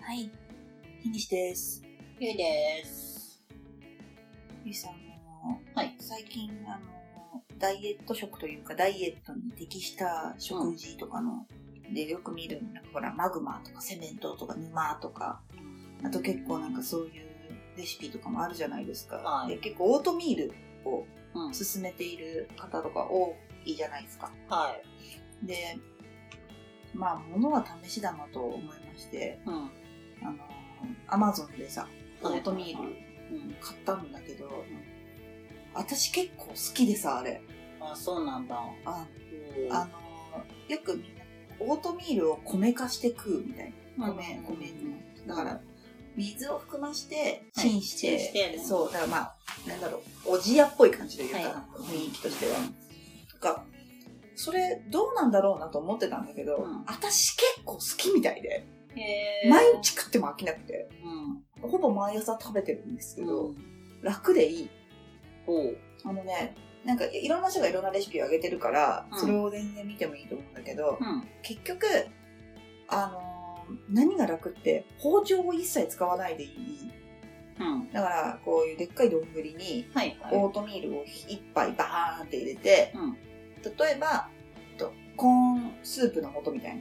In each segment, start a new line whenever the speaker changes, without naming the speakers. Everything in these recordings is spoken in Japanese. はい。ひにしです。
ゆいです。
ゆいさん、あの
はい。
最近、あの、ダイエット食というか、ダイエットに適した食事とかの、で、よく見る、なんかほら、マグマとかセメントとか沼とか、あと結構なんかそういうレシピとかもあるじゃないですか。
はい
で、結構オートミールを
うん
勧めている方とか多いじゃないですか。
はい。
で、まあ、物は試しだなと思いまして、
うん。
あの、アマゾンでさ、オ
はい
ートミール、
うん。
買ったんだけど、私結構好きでさあれ
あ、そうなんだ。
あ
うん
あのーよくみんなオートミールを米化して食うみたいな米米のだから水を含まして
はい
チンして,、
チンしてね
そうだからまあなんだろうおじやっぽい感じというか、
はい
雰囲気としてはとかそれどうなんだろうなと思ってたんだけど、
うん
私結構好きみたいで
へー
毎。日食っても飽きなくて
うん。
ほぼ毎朝食べてるんですけど、
うん
楽でいい
おう。
あのね、なんかいろんな人がいろんなレシピを上げてるから、
うん
それを全然見てもいいと思うんだけど、
うん。
結局、あのー何が楽って、包丁を一切使わないでいい。
うん。
だから、こういうでっかい丼に、
はい。はい
オートミールを一杯バーンって入れて、
うん
例えば、とコーンスープの素みたい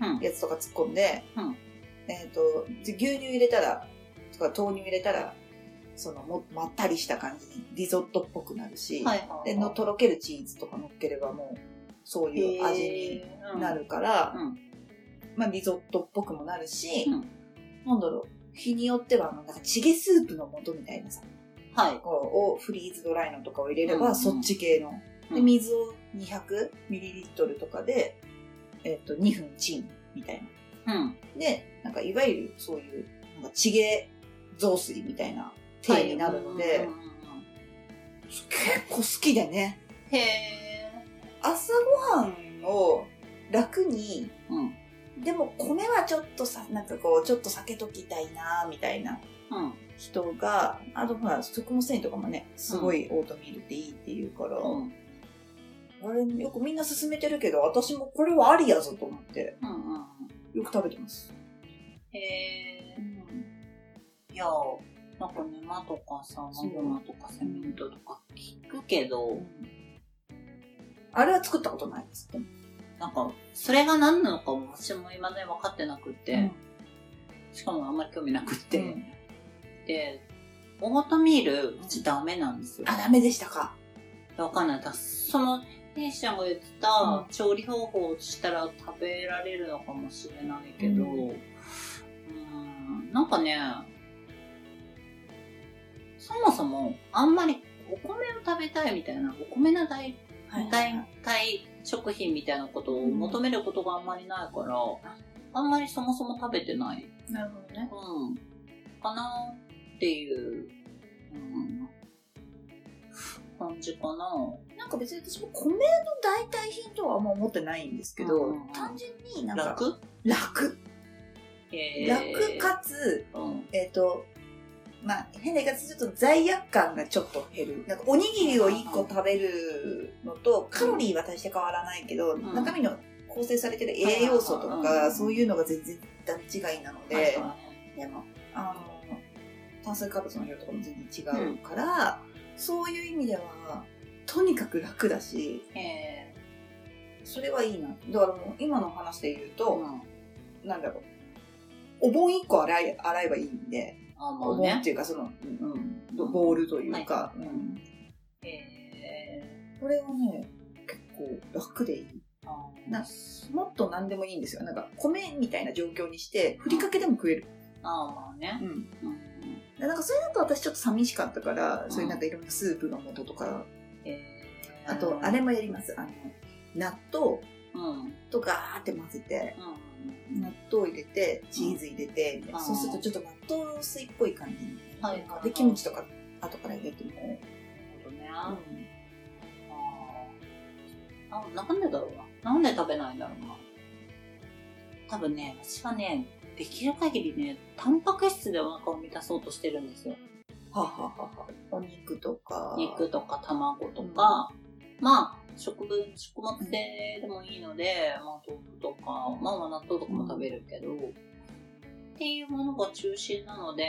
な
うん。
やつとか突っ込んで、
うん
えっ、と、牛乳入れたら、とか豆乳入れたら、そのも、まったりした感じにリゾットっぽくなるし、
はいは
で
い。
のとろけるチーズとか乗っければもうそういう味に
に
な。るから、
うん。
まあ、リゾットっぽくもなるし、
うん
なんだろう日によってはあのなんかチゲスープの素みたいなさ
はい。
こうをフリーズドライのとかを入れれ
うんう
ば
ん
そっち系の、
う
で
ん
水を 200ml とかで、えっと2分チンみたいな
うん。
でなんかいわゆるそういうなんかチゲ雑炊みたいな体になるので、
うんうんうんうん
結構好きでね
へえ。
朝ごはんを楽に
うん。
でも米はちょっとさなんかこうちょっと避けときたいなみたいな
うん。
人があとほら食物繊維とかもねすごいオートミールっていいっていうから、
うん。
あれよくみんな勧めてるけど私もこれはありやぞと思って
うんうんうん。
よく食べてます、
へえ。いや、なんか沼とかさ、マグマとかセメントとか聞くけど、
あれは作ったことないですでも
なんか、それが何なのかも私も未だに分かってなくて、しかもあんまり興味なくて、
うん
で、オートミール、うちダメなんですよ。
あダメでしたか
わかんない。だその、天使ちゃんが言って
う
た調理方法をしたら食べられるのかもしれないけど、う
うん
ん、なんかね、そもそも、あんまりお米を食べたいみたいな、お米の代代替食品みたいなことを求めることがあんまりないから、あんまりそもそも食べてない。
なるほどね
うん。かなっていう、うん、感じかな。
なんか別に私も米の代替品とはあんま思ってないんですけど、
うん
単純になんか
楽
楽
え
楽かつ、
うん。
えっ、と、まあ、変な言い方すると罪悪感がちょっと減る。なんかおにぎりを1個食べるのと、カロリーは大して変わらないけど、
ん
中身の構成されてる栄養素と
うんうん
か、
うん
そういうのが全然段違いなので、
はいは
でも、あの、炭水化物の量とかも全然違うから、そういう意味では、とにかく楽だし、
いえ
それはいいな。だからもう今の話で言う
ー、う
と、
ん。
なんだろう。お盆1個洗え洗えばいいんで、
あ、ま
お
あ
盆っ
ね。
ていうかその、うんうん、ボールというか、うん、
え
これはね結構楽でいい
ー、あー
なもっと何でもいいんですよなんか米みたいな状況にしてふりかけでも食える、
あー、まあね。
うん、
うん。
なんかそれだと私ちょっと寂しかったから、
うん
そういうなんかいろんなスープの素とか
えー、
あとあれもやりますあの納豆
うん。うん。
とガーって混ぜて納豆入れてチーズ入れて、
ん
そうするとちょっと納豆水っぽい感じに、
はいはいはい
でキムチとか後から入れても、
なるほどね。あーななんでだろうな。なんで食べないんだろうな。多分ね、私はね、できる限りね、タンパク質でお腹を満たそうとしてるんですよ。
はあはあはあはあお肉とか
肉とか卵とか、まあ、食分、食物性でもいいので、まあ、豆腐とか、まあ、納豆とかも食べるけど、っていうものが中心なので、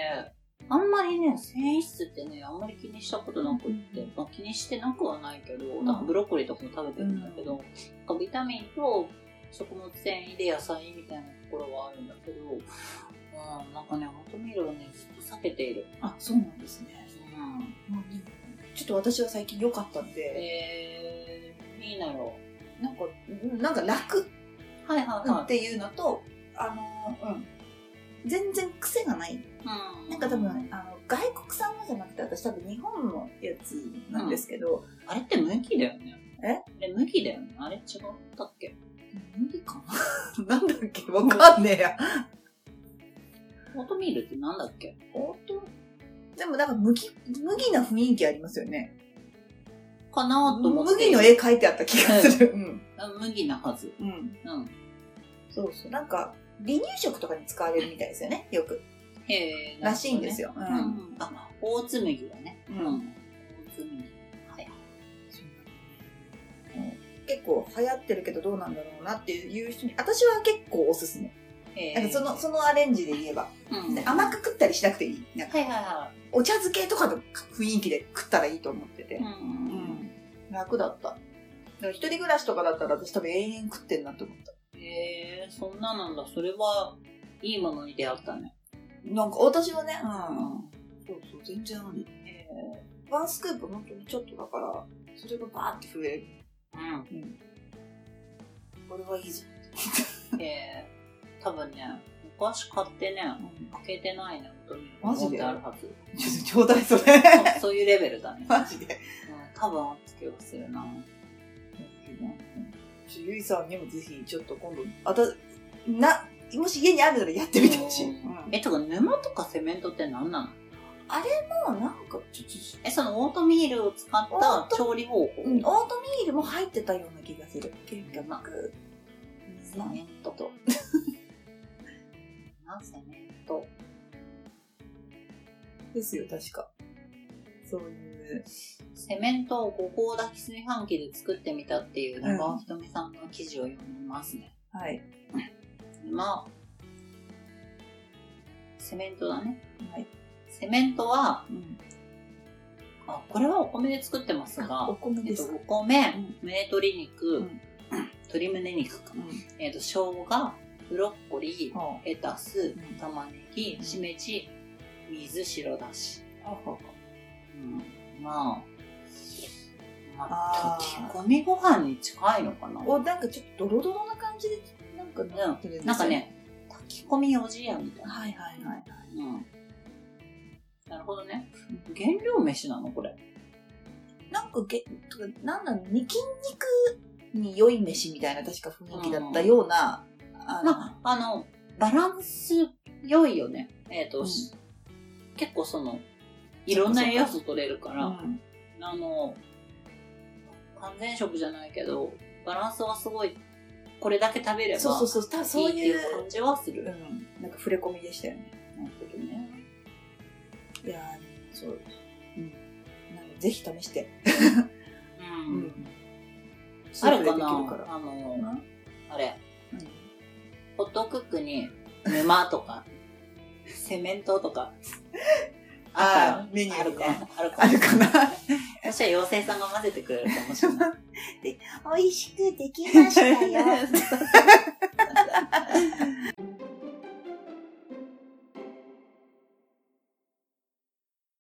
あんまりね、繊維質ってね、あんまり気にしたことなくって、
うん
まあ、気にしてなくはないけど、
ん
だからブロッコリーとかも食べてるんだけど、なんかビタミンと食物繊維で野菜みたいなところはあるんだけど、うん、なんかね、オートミールをね、ずっと避けている。
あ、そうなんですね。
うん。
まあねちょっと私は最近良かったんで、
えー、いいなよ。
なんか、うんなんか楽
はいはい
っ
はい。
ていうのと、あの、うん。全然癖がない。
うん
なんか多分、あの、外国産のじゃなくて、私多分日本のやつなんですけど、
あれって向きだよね。
え
あれ向きだよね。あれ違ったっけ
無理かな なんだっけわかんねえや。
オートミールってなんだっけ
オートでもなんか麦、麦な雰囲気ありますよね。
かなと思って。
麦の絵描いてあった気がする。うん。
うん麦なはず。
うん。
うん。
そうそう。なんか、離乳食とかに使われるみたいですよね、よく。
へえ。
らしいんです
よ。
よ。う
うん。あ、大津麦だね。
う
うんん。大津麦。
結構流行ってるけどどうなんだろうなっていう人に、私は結構おすすめ。
へ
なんかその、そのアレンジで言えば。
うん
で甘く食ったりしなくていい。なんか
はいはいは
お茶漬けとかの雰囲気で食ったらいいと思ってて
い。。うん。
楽だった。だから一人暮らしとかだったら私多分永遠食ってんなと思った。
へえ、そんななんだ。それは、いいものに出会ったね。
なんか私はね、うん
ん。
そうそう、全然あり。
へ
ワンスクープ本当にちょっとだから、それがバーって増える。
え。
これはいいぞ。
うん。へえ。多分ね、お菓子買ってね、開けてないね、オートミール。
マジで
持ってあるはず。
ちょっとちょうだいそれ。
そうそういうレベルだね。
マジで。
うん、多分あった気がするな。
ちょゆいさんにもぜひ、ちょっと今度、あた、な、もし家にあるならやってみてほしい。うん
え、とか、沼とかセメントって何なの
もうなんか、ちょちょ
え、そのオートミールを使っ
オー
た調理方法、
うん、オートミールも入ってたような気がする。結
ま
局、
セメント と。な、セメント。
ですよ、確か。そういう。
セメントを五合炊き炊飯器で作ってみたっていう長尾
うん
ひとみさんの記事を読みますね。
はい。
まあ、セメントだね。
はい。
セメントは、
うん。
あ、これはお米で作ってますが、
お米
え
で
っと、
すか。
お米、
うん
胸鶏肉、
うん
鶏胸肉か、
うん。
えっと、生姜、ブロッコリー、
は
レタス
うん、
玉ねぎ、しめじ、水、白だし。
あ、はあは
うん、まあ、ま
あ、ー
あ炊き込みご飯に近いのかな
あ。。お、なんかちょっとドロドロな感じで、なんかなってるですよ
なんか。ね、炊き込みおじやみたいな。
はいはいはい。
うん。なるほどね。原料飯なのこれ。
なんかげ、とかなんだろう、に筋肉に良い飯みたいな確か雰囲気だったような、あの
まあ、あの、バランス良いよね。えっ、と、
うん
し結構その、いろんな栄養素取れるから、
うん
あの、完全食じゃないけど、バランスはすごい、これだけ食べれば
そうそうそう、たそう
いい
い
っ
う
ていう感じはする。
うん、なんか触れ込みでしたよね。
なるほどね。
いやーそう、うん、なのでぜひ試して。
うん。
ス
あ
ープ
る
で
か
でき
な
るから。
あの、
ん
あれ、
うん
ホットクックに、沼とか、 セメントとか、
あ
あ
ーメニュ
ある
ー
か
ね。、
あるか。
あるかな。
もしは妖精さんが混ぜてくれるかもしれない。。
美味しくでき